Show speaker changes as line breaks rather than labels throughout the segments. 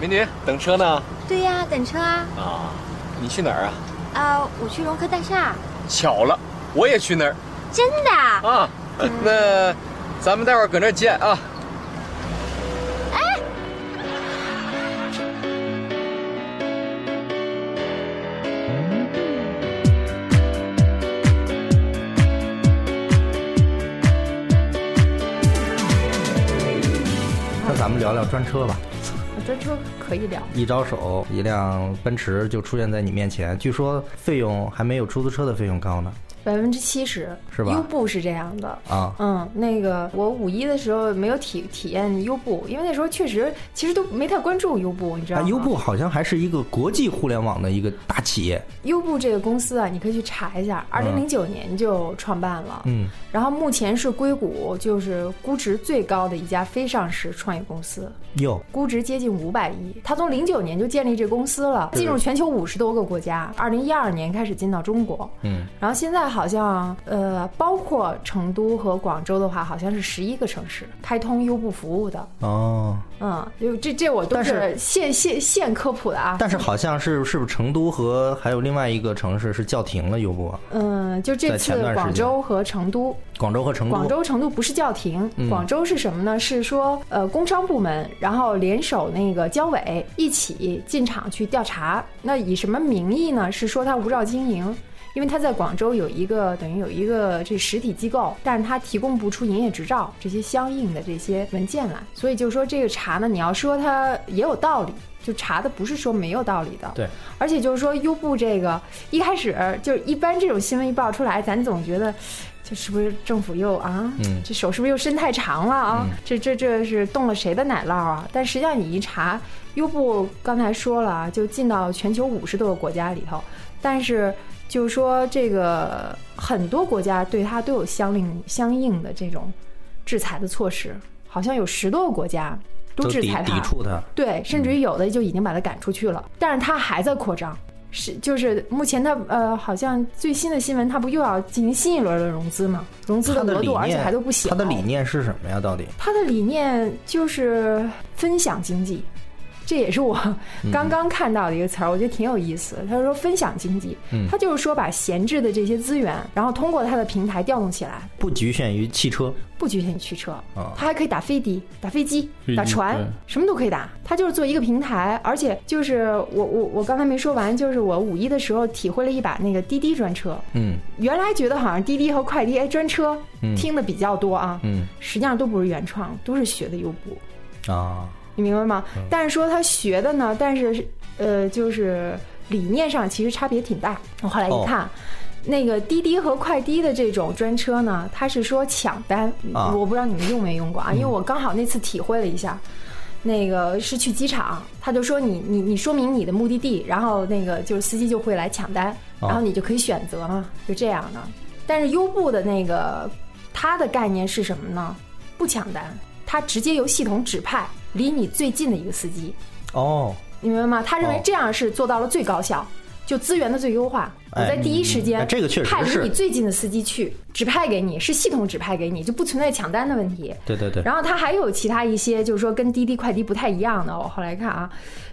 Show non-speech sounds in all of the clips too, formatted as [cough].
美女，等车呢？
对呀、等车啊。
啊，你去哪儿啊？
啊，我去融科大厦。
巧了，我也去那儿
真的啊？
啊。那咱们待会儿搁那儿见啊。
那咱们聊聊专车吧。
专车可以聊。
一招手，一辆奔驰就出现在你面前，据说费用还没有出租车的费用高呢。
百分之七十
是吧
优步是这样的
啊
嗯，那个我五一的时候没有体体验优步，因为那时候确实其实都没太关注优步，你知道
啊，
吗？
优步好像还是一个国际互联网的一个大企业。
优步这个公司啊，你可以去查一下，二零零九年就创办了，
嗯，
然后目前是硅谷就是估值最高的一家非上市创业公司，
哟，
估值接近五百亿。它从零九年就建立这公司了，进入全球五十多个国家，二零一二年开始进到中国，
嗯，
然后现在好像呃，包括成都和广州的话，好像是十一个城市开通优步服务的。
哦，
嗯，就这这我都
但
是现现现科普的啊。
但是好像是是不是成都和还有另外一个城市是叫停了优步啊？
嗯，就这
在前
次
段时间
广州和成都，
广州和成都。
广州成都不是叫停，
嗯
广州是什么呢？是说呃工商部门，然后联手那个交委一起进场去调查。那以什么名义呢？是说他无照经营。因为他在广州有一个等于有一个这实体机构，但是他提供不出营业执照这些相应的这些文件来，所以就说这个查呢，你要说它也有道理，就查的不是说没有道理的。
对，
而且就是说优步这个一开始就是一般这种新闻一爆出来，咱总觉得就是不是政府又啊，
嗯
这手是不是又伸太长了啊？这这这是动了谁的奶酪啊？但实际上你一查，优步刚才说了啊，就进到全球五十多个国家里头，但是就是说这个很多国家对它都有相应相应的这种制裁的措施，好像有十多个国家都
都
制
抵
裁它，
抵触它。
对，甚至于有的就已经把它赶出去了，但是它还在扩张。是，就是目前它呃，好像最新的新闻，它不又要进行新一轮的融资吗？融资
它的
额
理
度，
念，
而且还都不小。
它的理，念是什么呀？到底？
它的理念就是分享经济，这也是我刚刚看到的一个词儿，我觉得挺有意思。他说分享经济，
嗯
他就是说把闲置的这些资源，然后通过它的平台调动起来，
不局限于汽车，
不局限于驱车，
啊
它还可以打飞的、打飞机
飞、机
打船
对，
什么都可以打。它就是做一个平台，而且就是我我我刚才没说完，就是我五一的时候体会了一把那个滴滴专车。
嗯
原来觉得好像滴滴和快滴哎专车
嗯
听的比较多啊，
嗯
实际上都不是原创，都是学的优步，
啊，
你明白吗？但是说他学的呢，但是呃就是理念上其实差别挺大。我后来
哦
一看。那个滴滴和快滴的这种专车呢，它是说抢单，
啊嗯
我不知道你们用没用过啊，因为我刚好那次体会了一下，那个是去机场，他就说你你你说明你的目的地，然后那个就是司机就会来抢单，
哦
然后你就可以选择嘛，就这样的。但是优步的那个它的概念是什么呢？不抢单，它直接由系统指派离你最近的一个司机，
哦，
你明白吗？他认为
哦
这样是做到了最高效，就资源的最优化。我
哎
在第一
嗯
时
哎
间，
这个确实
派离
是
你最近的司机去指派给你，是系统指派给你，就不存在抢单的问题。
对对对，
然后它还有其他一些，就是说跟滴滴、快滴不太一样的。我后来看啊，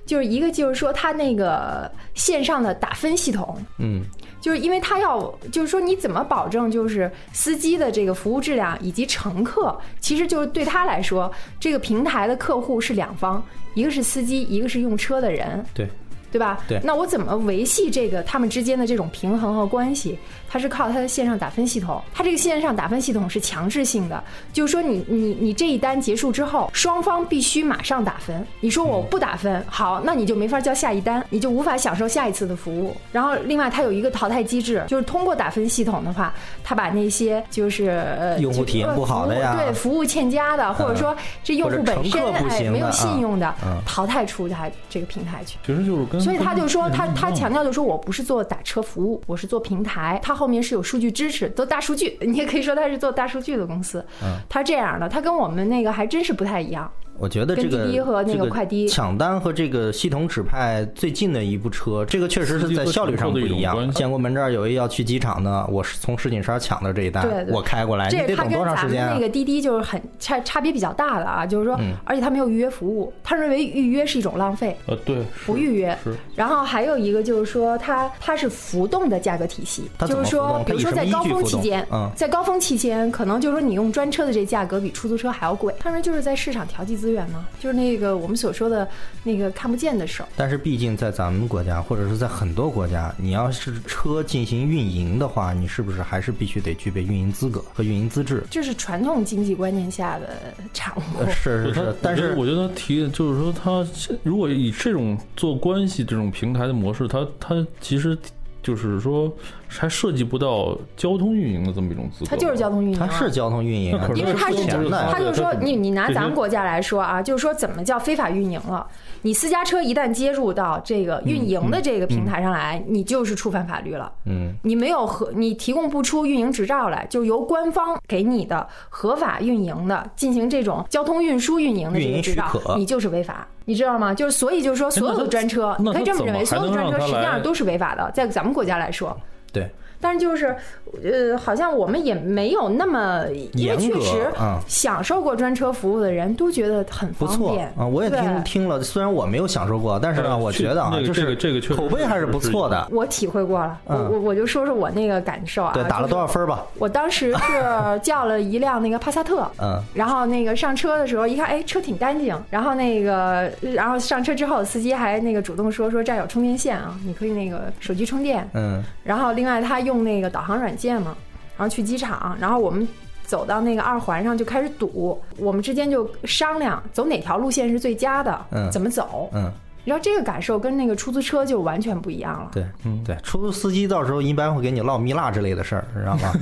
就是一个就是说它那个线上的打分系统，
嗯
就是因为它要，就是说你怎么保证就是司机的这个服务质量以及乘客，其实就是对他来说，这个平台的客户是两方，一个是司机，一个是用车的人，
对，
对吧？
对
那我怎么维系这个他们之间的这种平衡和关系？它是靠它的线上打分系统，它这个线上打分系统是强制性的，就是说你你你这一单结束之后，双方必须马上打分。你说我不打分，好，那你就没法交下一单，你就无法享受下一次的服务。然后另外它有一个淘汰机制，就是通过打分系统的话，它把那些就是呃
用户体验不好的呀嗯
就呃服务对服务欠佳的，或者说这用户本
或者
身
乘客不
哎
行的
没有信用的
嗯嗯，
淘汰出它这个平台去。
其实就是跟，
所以他就说，
跟
他他
跟
强调就说，我不是做打车服务，我是做平台，他后面是有数据 [laughs] 支持，做大数据，你也可以说他是做大数据的公司
嗯，
他这样的，他跟我们那个还真是不太一样。
我觉得这个
跟滴滴和那个
这
快滴
抢单和这个系统指派最近的一部车，这个确实是在效率上不一
司机和乘客的一种关
样。
系
建国门这儿有一要去机场的，我是从石景山抢的这一单，
对对
我开过来，你
这
哎得
它
等
跟
多长
咱
时
们
间啊嗯
那？个滴滴就是很差差别比较大的啊，就是说，而且他没有预约服务，他认为预约是一种浪费，
呃，对，
不预约。
是
然后还有一个就是说它，它是浮动的价格体系，
它怎
就
么
是
浮
说
动，
比如说
它
在
以什么
高
依据
峰
浮
期
动
间，
嗯
在高峰期间，可能就是说你用专车的这价格比出租车还要贵，他们就是在市场调剂资源嘛，就是那个我们所说的那个看不见的手。
但是毕竟在咱们国家，或者是在很多国家，你要是车进行运营的话，你是不是还是必须得具备运营资格和运营资质？
这是传统经济观念下的产物。
呃是是
对
是
他，
但是
我觉得我觉得他提的就是说他现如果以这种做关系这种平台的模式，他他其实就是说还涉及不到交通运营的这么一种资格吧，
它就是交通运营、啊，
它是交通运营啊
那，可
因为它
是
是
之前
钱
的
的
他就是说，你你拿
这些
咱们国家来说
嗯
啊，就是说怎么叫非法运营了？你私家车一旦接入到这
嗯
个运营的这个平台上来，你就是触犯法律了。
嗯，
你没有合，你提供不出运营执照来，就由官方给你的合法运营的进行这种交通运输运营的这
运
个
营
执
许
照
可，
你就是违法，你知道吗？就是所以就是说，所有
哎那
的
他
专车，你
那
可以
他
这么
怎
认
么
为，
还
所有的
能
专车
让他
实际
来
上都是违法的，在咱们国家来说。
对，
但是就是，呃，好像我们也没有那么，因为
严
确
格
实
啊
享受过专车服务的人都觉得很
不
方
错
便
啊，我也听
对
听了，虽然我没有享受过，但是呢，
呃
我
去
觉得啊
那，个
就
这
是
个这个确实
口碑还是不错的。
我体会过了，我
嗯
我我就说说我那个感受啊，
对，打了
就是
多少分儿吧？
我当时
[laughs]
是叫了一辆那个帕萨特，
嗯，
然后那个上车的时候一看，哎，车挺干净。然后那个，然后上车之后，司机还那个主动说说这儿有充电线啊，你可以那个手机充电。
嗯，
然后另外他用那个导航软件嘛，然后去机场，然后我们。走到那个二环上就开始堵，我们之间就商量走哪条路线是最佳的，
嗯
怎么走。
嗯，
然后这个感受跟那个出租车就完全不一样了。
对，嗯对，出租司机到时候一般会给你唠蜜蜡之类的事儿，知道
[laughs]
吗？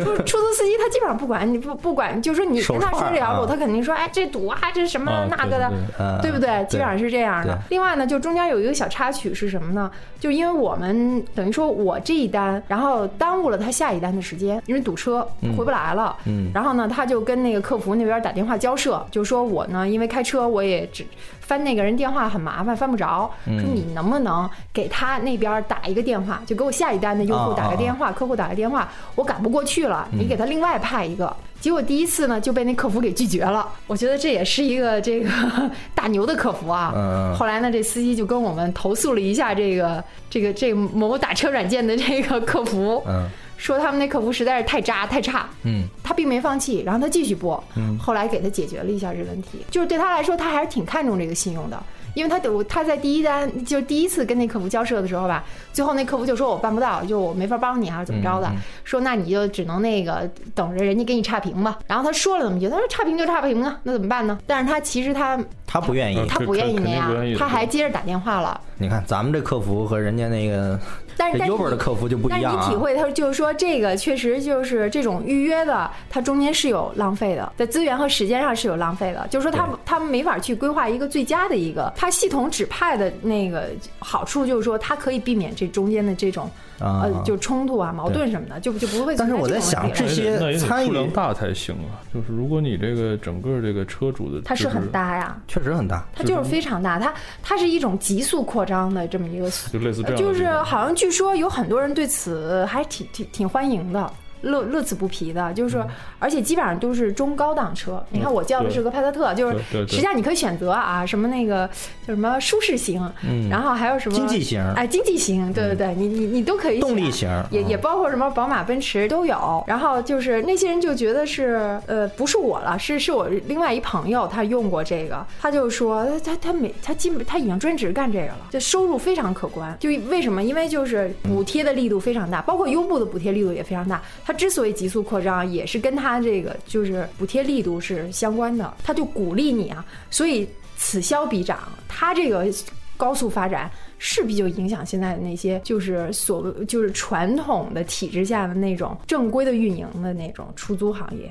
出出租司机他基本上不管你不不管，就是说你
手
跟他
串
说
儿
这条路，
啊
他肯定说哎这堵啊，这是什么
啊
那
对
个的
对，
嗯，
对不对？基本上是这样的
对。
另外呢，就中间有一个小插曲是什么呢？就因为我们等于说我这一单，然后耽误了他下一单的时间，因为堵车回不来了。
嗯
然后呢，他就跟那个客服那边打电话交涉，就说我呢因为开车我也只翻那个人电话很麻烦，翻不着，
嗯
说你能不能给他那边打一个电话，就给我下一单的用户
啊
打
啊
个
啊
电话，客户打个电话，我赶不过去了，
嗯
你给他另外派一个。结果第一次呢就被那客服给拒绝了，我觉得这也是一个这个 [laughs] 大牛的客服啊。
嗯嗯
后来呢，这司机就跟我们投诉了一下这个这个这个某打车软件的这个客服，
嗯
说他们那客服实在是太渣太差。
嗯，
他并没放弃，然后他继续播，后来给他解决了一下这问题。就是对他来说，他还是挺看重这个信用的，因为他得他在第一单就是第一次跟那客服交涉的时候吧，最后那客服就说我办不到，就我没法帮你啊，怎么着的，说那你就只能那个等着人家给你差评吧。然后他说了那么一句，他说差评就差评啊，那怎么办呢？但是他其实他
他不愿意
嗯。
他不愿意那
肯定不愿意
样，
的
他还接着打电话了。
你看咱们这客服和人家那个
但
这
但是
Uber 哎的
你
客服就不
但
一
是
样
你
啊
体。会，他就是说，这个确实就是这种预约的，它中间是有浪费的，在资源和时间上是有浪费的。就是说他，
对
他们没法去规划一个最佳的一个，它系统指派的那个好处就是说，它可以避免这中间的这种、
啊
呃，就冲突啊、矛盾什么的，就就不会
但
存在
是
这种
我
问题
在想
了。
这
那也
些
得那也得
参与
数量大才行啊。就是如果你这个整个这个车主的，
它是很，大呀，
确实很大，
它就是非常大，它它是一种急速扩张的这么一个
就类似这样的地方，
就是好像据说有很多人对此还挺挺挺欢迎的。乐乐此不疲的，就是，
嗯
而且基本上都是中高档车。你看我叫的是个帕萨特，就是
对对对
实际上你可以选择啊，什么那个叫什么舒适型，
嗯
然后还有什么
经济型
哎，经济型，对对对，你你你都可以选
动力型
也
嗯
也包括什么宝马、奔驰都有。然后就是那些人就觉得是，呃，不是我了，是是我另外一朋友，他用过这个，他就说他他他每他基本他已经专职干这个了，就收入非常可观。就为什么？因为就是
嗯
补贴的力度非常大，包括优步的补贴力度也非常大。他之所以急速扩张，也是跟他这个就是补贴力度是相关的，他就鼓励你啊，所以此消彼长，他这个高速发展。势必就影响现在的那些就是所谓就是传统的体制下的那种正规的运营的那种出租行业，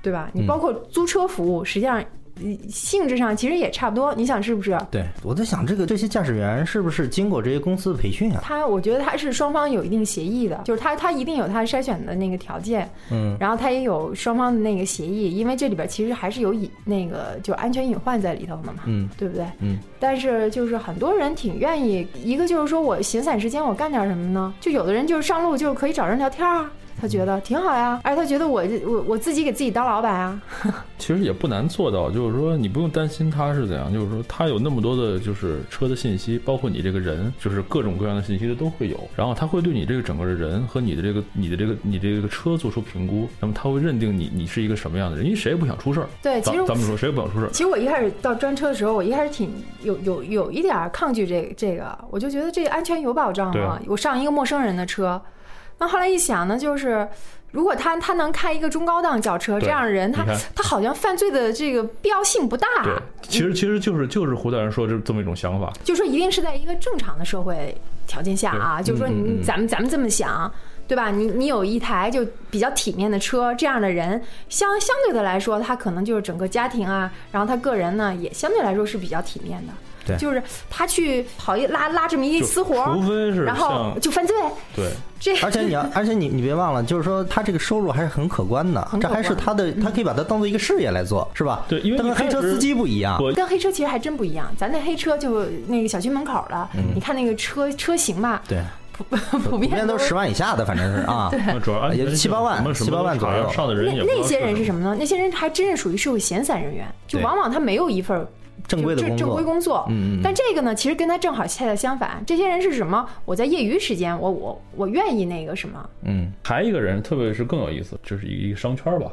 对吧？你包括租车服务，实际上嗯性质上其实也差不多，你想是不是？
对，我在想这个这些驾驶员是不是经过这些公司的培训啊？
他，我觉得他是双方有一定协议的，就是他他一定有他筛选的那个条件，
嗯，
然后他也有双方的那个协议，因为这里边其实还是有隐那个就安全隐患在里头的嘛，
嗯
对不对？
嗯，
但是就是很多人挺愿意，一个就是说我闲散时间我干点什么呢？就有的人就是上路就是可以找人聊天啊，他觉
嗯
得挺好呀，哎而且他觉得我我我自己给自己当老板啊，
其实也不难做到，就是说你不用担心他是怎样，就是说他有那么多的就是车的信息，包括你这个人，就是各种各样的信息的都会有，然后他会对你这个整个的人和你的这个你的这个你这个车做出评估，那么他会认定你你是一个什么样的人，因为谁也不想出事儿。
对，哎其
咱
实
咱们说谁也不想出事儿。
其实我一开始到专车的时候，我一开始挺有有有一点儿抗拒这这个，我就觉得这个安全有保障
对
吗
啊？
我上一个陌生人的车，那后来一想呢，就是如果他他能开一个中高档轿车，
对
这样的人，他
你看
他好像犯罪的这个必要性不大。啊
对，其实其实就是就是胡大人说这这么一种想法，
就说一定是在一个正常的社会条件下啊，就说你、
嗯嗯嗯
咱们咱们这么想，对吧？你你有一台就比较体面的车，这样的人相相对的来说，他可能就是整个家庭啊，然后他个人呢也相对来说是比较体面的。
对
就是他去跑一拉拉这么一
就
私活儿，
除非是
然后
像
就犯罪，
对
这
而且你要，而且你你别忘了，就是说他这个收入还是很可观的，
很可
这还是
观嗯
他的，他可以把它当做一个事业来做，是吧？
对因为
他跟
一开
黑车
始
司机不一样，
我
跟黑车其实还真不一样。咱那黑车就那个小区门口了，
嗯
你看那个车车型吧， [laughs]
对，
普普
普
遍
遍都
都
是十万以下的，反正是
[laughs]
啊，
那主要安全
也七八万
什么什么
七八万左右
查上的人
那
也
那些人是
么。
什么呢？那些人还真是属于社会闲散人员，就
对
往往他没有一份儿
正规的
就
工
正正
作
规，工作。
嗯嗯嗯
但这个呢，其实跟他正好恰恰相反。这些人是什么？我在业余时间，我我我愿意那个什么，
嗯，
还一个人，特别是更有意思，就是一个商圈吧，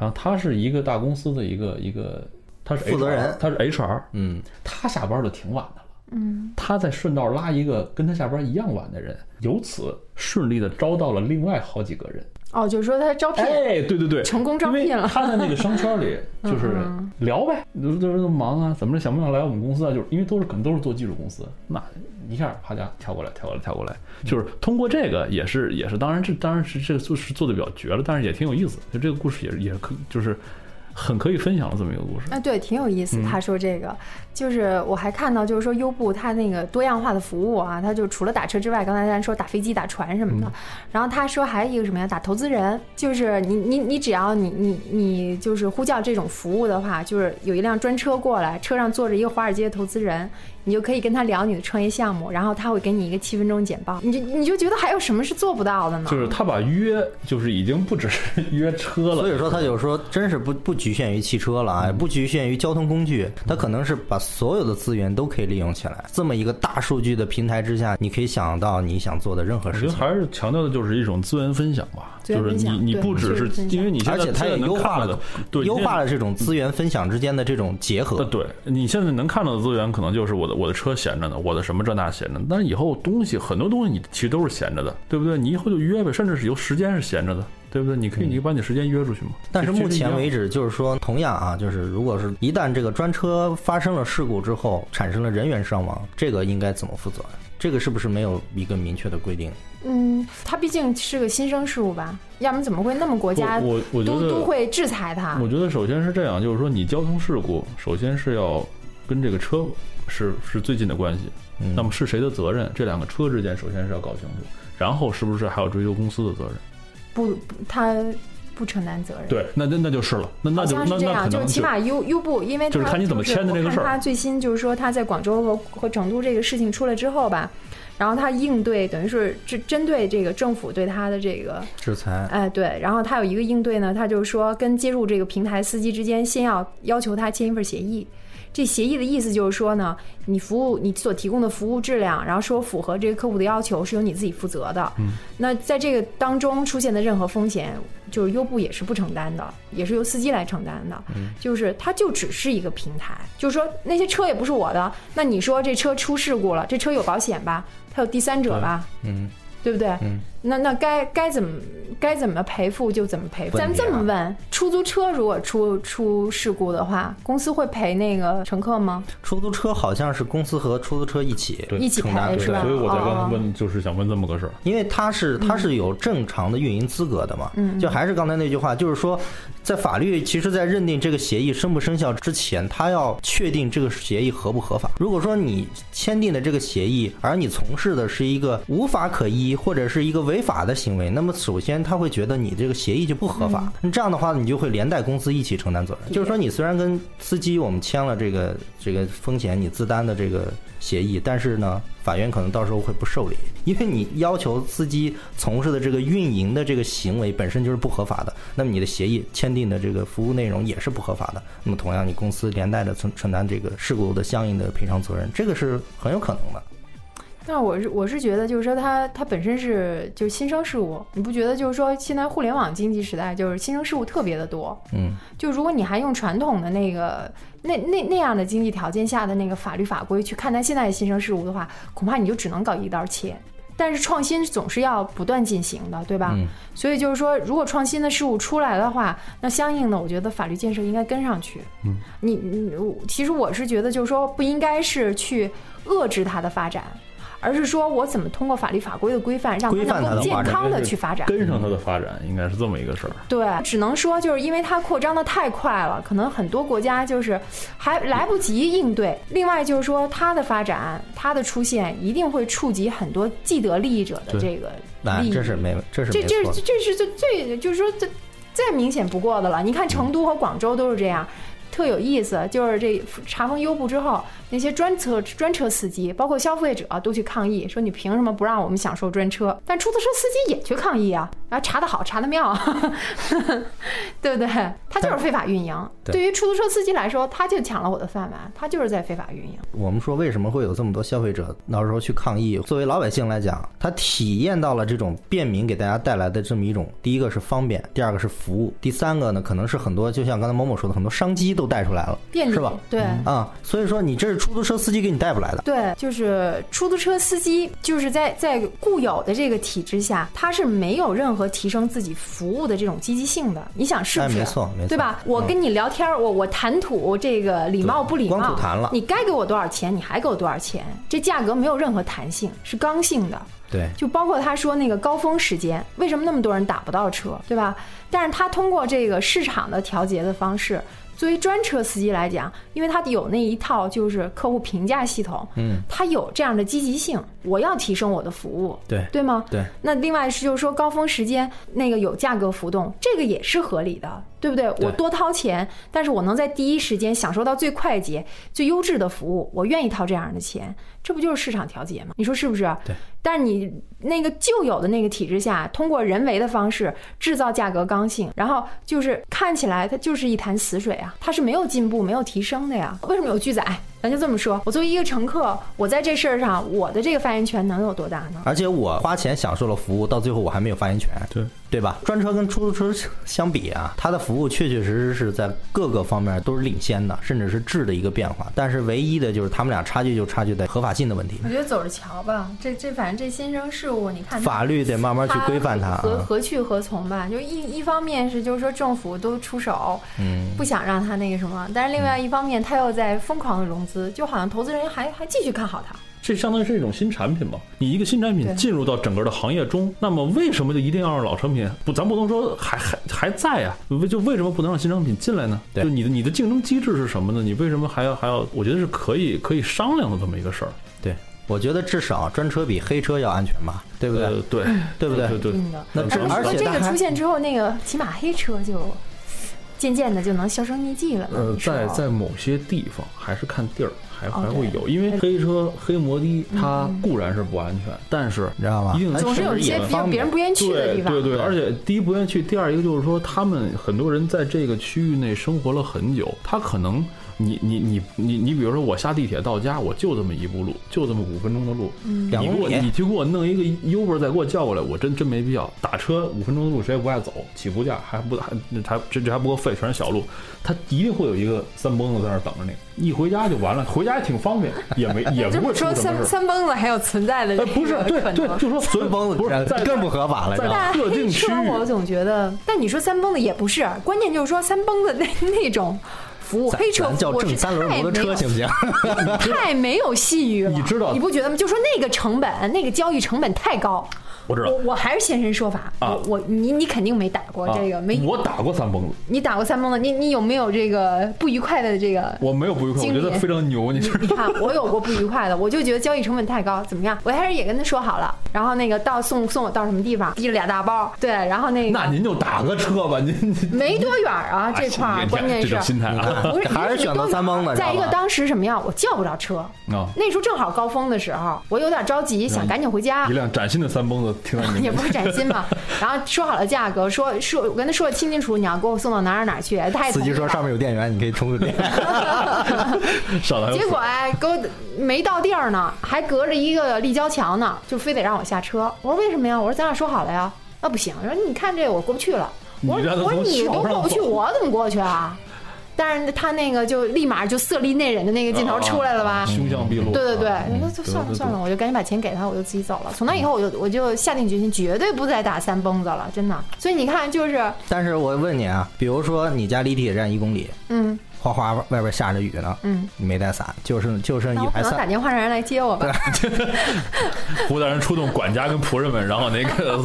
然后他是一个大公司的一个一个，他是 HR,
负责人
他是 HR，
嗯，
他下班就挺晚的了，嗯，他再顺道拉一个跟他下班一样晚的人，由此顺利的招到了另外好几个人，
哦，就是说他招聘。
哎，对对对，
成功招聘了嗯
因为他在那个商
[laughs]
圈里就是聊呗，都都都忙啊，怎么着想不想来我们公司啊？就是因为都是可能都是做技术公司，那一下啪家跳过来，跳过来，跳过来，就是通过这个也是也是，当然这当然是这个做是做的比较绝了，但是也挺有意思，就这个故事也是也可就是很可以分享的这么一个故事。
啊，对，挺有意思。
嗯
他说这个，就是我还看到，就是说优步它那个多样化的服务啊，它就除了打车之外，刚才咱说打飞机、打船什么
嗯
的，然后他说还有一个什么呀，打投资人，就是你你你只要你你你就是呼叫这种服务的话，就是有一辆专车过来，车上坐着一个华尔街的投资人，你就可以跟他聊你的创业项目，然后他会给你一个七分钟简报，你就你就觉得还有什么是做不到的呢？
就是他把约，就是已经不只是约车
所
了，
以说他有时候真是不不局限于汽车了啊，不局限于交通工具，他可能是把所有的资源都可以利用起来。这么一个大数据的平台之下，你可以想到你想做的任何
我
事
觉得
情。
还是强调的就是一种资源分享吧，
资源
就是
分
你
享
你
对
不只
资
是
源分享
因为你现在
而且它也
现在能
优化
看
了
到的，对
优
现在
化了这种资源分享之间的这种结合
呃，。对你现在能看到的资源，可能就是我的我的车闲着呢，我的什么这那闲着呢。但是以后东西很多东西你其实都是闲着的，对不对？你以后就约呗，甚至是有时间是闲着的，对不对？你可以你把你时间约出去嘛。
但是目前为
止，
止，就是说，同样啊，就是如果是一旦这个专车发生了事故之后，产生了人员伤亡，这个应该怎么负责？啊这个是不是没有一个明确的规定？
嗯，他毕竟是个新生事物吧，要不然怎么会那么国家
我我我觉
都
得
都会啊制裁他？
我觉得首先是这样，就是说你交通事故，首先是要跟这个车是是最近的关系，
嗯
那么是谁的责任？这两个车之间首先是要搞清楚，然后是不是还有追究公司的责任？
不，不他不承担责任。，
对，那那那就是了，那那
好
就
像
那
是这
那可
样，
能
是起码优优步，因为
就是
他
看你怎么签的这个事儿
我看他最新就是说他在广州和和成都这个事情出来之后吧，然后他应对等于是针针对这个政府对他的这个
制裁？
哎，对，然后他有一个应对呢，他就是说跟接入这个平台司机之间，先要要求他签一份协议。这协议的意思就是说呢，你服务你所提供的服务质量，然后说符合这个客户的要求，是由你自己负责的。嗯，那在这个当中出现的任何风险，就是优步也是不承担的，也是由司机来承担的。嗯，就是它就只是一个平台，就是说那些车也不是我的，那你说这车出事故了，这车有保险吧？它有第三者吧？
嗯，
对不对？
嗯
那那该该怎么该怎么赔付就怎么赔付。
问
咱们
题啊
这么问，出租车如果出出事故的话，公司会赔那个乘客吗？
出租车好像是公司和出租车一起
啊对
一起
承担
赔
责
是吧？
所以我才刚才
哦，
问，就是想问这么个事儿。
因为它是它是有正常的运营资格的嘛，就还是刚才那句话，就是说，在法律其实，在认定这个协议生不生效之前，它要确定这个协议合不合法。如果说你签订的这个协议，而你从事的是一个无法可依或者是一个违法的行为，那么首先他会觉得你这个协议就不合法，那这样的话你就会连带公司一起承担责任。就是说，你虽然跟司机我们签了这个这个风险你自担的这个协议，但是呢，法院可能到时候会不受理，因为你要求司机从事的这个运营的这个行为本身就是不合法的，那么你的协议签订的这个服务内容也是不合法的，那么同样你公司连带的承承担这个事故的相应的赔偿责任，这个是很有可能的。
但我是我是觉得，就是说它它本身是就是新生事物，你不觉得就是说现在互联网经济时代，就是新生事物特别的多，
嗯，
就如果你还用传统的那个那那那样的经济条件下的那个法律法规去看待现在的新生事物的话，恐怕你就只能搞一刀切。但是创新总是要不断进行的，对吧？
嗯
所以就是说，如果创新的事物出来的话，那相应的，我觉得法律建设应该跟上去。嗯，你你我其实我是觉得，就是说不应该是去遏制它的发展，而是说我怎么通过法律法规的规范，让
规
它
范它的
能够健
发展
康的去发展。
跟上它的发展，应该是这么一个事儿。
对，只能说就是因为它扩张的太快了，可能很多国家就是还来不及应对。另外就是说，它的发展，它的出现一定会触及很多既得利益者的
对
这个
那
利益。
这是没这是
这
没
这
错的。
这是最最就是说最再明显不过的了。你
嗯
看成都和广州都是这样。特有意思，就是这查封优步之后，那些专车专车司机，包括消费者都去抗议，说你凭什么不让我们享受专车？但出租车司机也去抗议啊，然后查得好，查得妙， [laughs] 对不对？他就是非法运营。
对
对于出租车司机来说，他就抢了我的饭碗，他就是在非法运营。
我们说为什么会有这么多消费者到时候去抗议？作为老百姓来讲，他体验到了这种便民给大家带来的这么一种，第一个是方便，第二个是服务，第三个呢，可能是很多就像刚才某某说的，很多商机都带出来了，
便利
是吧？
对
啊、所以说你这是出租车司机给你带不来的。
对，就是出租车司机，就是在在固有的这个体制下，他是没有任何提升自己服务的这种积极性的。你想是不
哎
是？
没错没错
对吧？我跟你聊天，我我谈吐这个礼貌不礼貌，
嗯光吐痰了
你该给我多少钱，你还给我多少钱，这价格没有任何弹性，是刚性的。
对，
就包括他说那个高峰时间，为什么那么多人打不到车，对吧？但是他通过这个市场的调节的方式，作为专车司机来讲，因为他有那一套就是客户评价系统，
嗯，
他有这样的积极性，我要提升我的服务，
对
对吗？
对。
那另外是就是说高峰时间那个有价格浮动，这个也是合理的，对不对？我多掏钱，但是我能在第一时间享受到最快捷、最优质的服务，我愿意掏这样的钱，这不就是市场调节吗？你说是不是？
对。
但是你那个旧有的那个体制下，通过人为的方式制造价格刚性，然后就是看起来它就是一潭死水啊，它是没有进步、没有提升的呀。为什么有拒载？咱就这么说，我作为一个乘客，我在这事儿上，我的这个发言权能有多大呢？
而且我花钱享受了服务，到最后我还没有发言权，
对
对吧？专车跟出租车相比啊，它的服务确确实实是在各个方面都是领先的，甚至是质的一个变化。但是唯一的就是他们俩差距就差距在合法性的问题，
我觉得走着瞧吧，这这反正这新生事物，你看它
法律得慢慢去规范它啊。
何何去何从吧？就一一方面是就是说政府都出手，嗯，不想让它那个什么，但是另
嗯
外一方面他又在疯狂的融资，就好像投资人还还继续看好它。
这相当于是一种新产品嘛？你一个新产
对
品进入到整个的行业中，那么为什么就一定要让老产品不？咱不能说还还还在呀、为就为什么不能让新产品进来呢？
对
就你的你的竞争机制是什么呢？你为什么还要还要？我觉得是可以可以商量的这么一个事儿，
对，我觉得至少专车比黑车要安全吧，对不对？
呃，对
对不对
对对
嗯的
那这
咱们
而
那
且
这
它
个
还
出现之后，那个起码黑车就渐渐的就能销声匿迹了。
呃，
是吧
啊
在在某些地方还是看地儿，还
哦
还
对
会有，因为黑车、黑摩的它固然是不安全，但是
你知道吗
一定
哎
程
嗯总是有一些
是
比
也
较
方便
别人不愿意去的
对
地方。
对对，而且第一不愿意去，第二一个就是说，他们很多人在这个区域内生活了很久，他可能你你你你你，比如说我下地铁到家，我就这么一步路，就这么五分钟的路，
两
你给
公
我
里
你去给我弄一个 Uber 再给我叫过来，我真真没必要。打车五分钟的路谁也不爱走，起步价还不还还这这还不够费里全是小路，它一定会有一个三蹦子在那儿等着你，一回家就完了，回家也挺方便，也没也
这
不
么
会出
说
什
三
么
[laughs]
事儿。
三蹦子还有存在的
呃
哎，
这
不是
个，
对
可能
对，就说
孙崩子
不是在
呃更不合法了，你知
在
道吗？
特定
黑
区
车
域，
我总觉得，但你说三蹦子也不是，关键就是说三蹦子那 [laughs] 那种服务，
咱
黑车
咱
服
叫
务
正
是太
三轮
没
摩
有
托车行不行？
[laughs]
[laughs]
太没有信誉了。
你知道
你不觉得吗？就说那个成本，那个交易成本太高。
我知道
我我还是现身说法，
啊
我我你你肯定没打过
啊
这个，没
我打过三蹦子，
你打过三蹦子，你你有没有这个不愉快的这个？
我没有不愉快，我
经
觉
理嗯
得非常牛，你知道
你看，我有过不愉快的，我就觉得交易成本太高，怎么样？我一开始也跟他说好了，然后那个到送送我到什么地方，提了俩大包，对，然后那个
[laughs] 那您就打个车吧，您您
没多远儿啊，这块
哎
儿
你看
关键
这
是
种心态啊
不
[laughs]
是
还是选择三蹦子
再一
知道吧
个当时什么样，我叫不着车，
啊，
那时候正好高峰的时候，我有点着急，想赶紧回家
嗯一。辆崭新的三蹦子停在
[laughs]
你
也
面
不
前，
是崭新嘛，然后说好了价格，说说我跟他说的清清楚，楚，你要给我送到哪儿哪儿去，他也
司
同意
机说
了
上面有电源，你可以充个
[laughs]
电。
上来
结果哎，给我没到地儿呢，还隔着一个立交桥呢，就非得让我下车。我说为什么呀？我说咱俩说好了呀。那不行，我说你看这我过不去了。我
你让
说
他
我说
从
你
桥
都
上
过不去，
走
我怎么过去啊？但是他那个就立马就色厉内荏的那个镜头出来了吧？
凶相毕露。
啊对对对，
啊
那就算
对
了
对
算
对
了，我就赶紧把钱给他，我就自己走了。从那以后，我就我就下定决心，绝对不再打三蹦子了，真的。所以你看，就是
但是我问你啊，比如说你家离地铁站一公里，
嗯
哗哗外边下着雨呢，
嗯，
你没带伞，就剩就剩
哎
那
一
我可
排
能打
伞。
电话让人来接我吧。
湖南人出动管家跟仆人们，然后那
[laughs]
个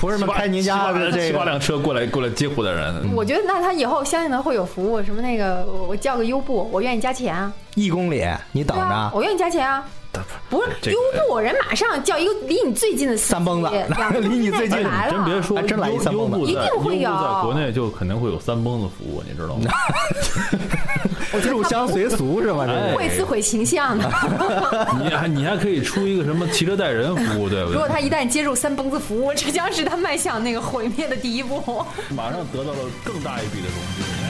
仆
人们开您
[laughs]
家的这个
七八辆车过来过来接湖南人。
嗯
我觉得那他以后相应的会有服务，什么那个我我叫个优步，我愿意加钱啊，
一公里，你等
对啊，
着。
我愿意加钱啊。不是
这个
优步，人马上叫一个离你最近的司机
三蹦子
两分
[laughs]
钟
离你
之内
最近
就来
哎
了。
真别说，
还真来一
优
三
优
蹦子
步在
啊一定
优步
会有
在国内就肯定会有三蹦子服务，你知道
[laughs]
吗？
入乡随俗是吗？这
哎
是。
会撕毁形
[laughs]
象的。
你还你还可以出一个什么骑车带人服务，对不
如果
对？
他一旦接入三蹦子服务，这将是他迈向那个毁灭的第一步。
马上得到了更大一笔的融资。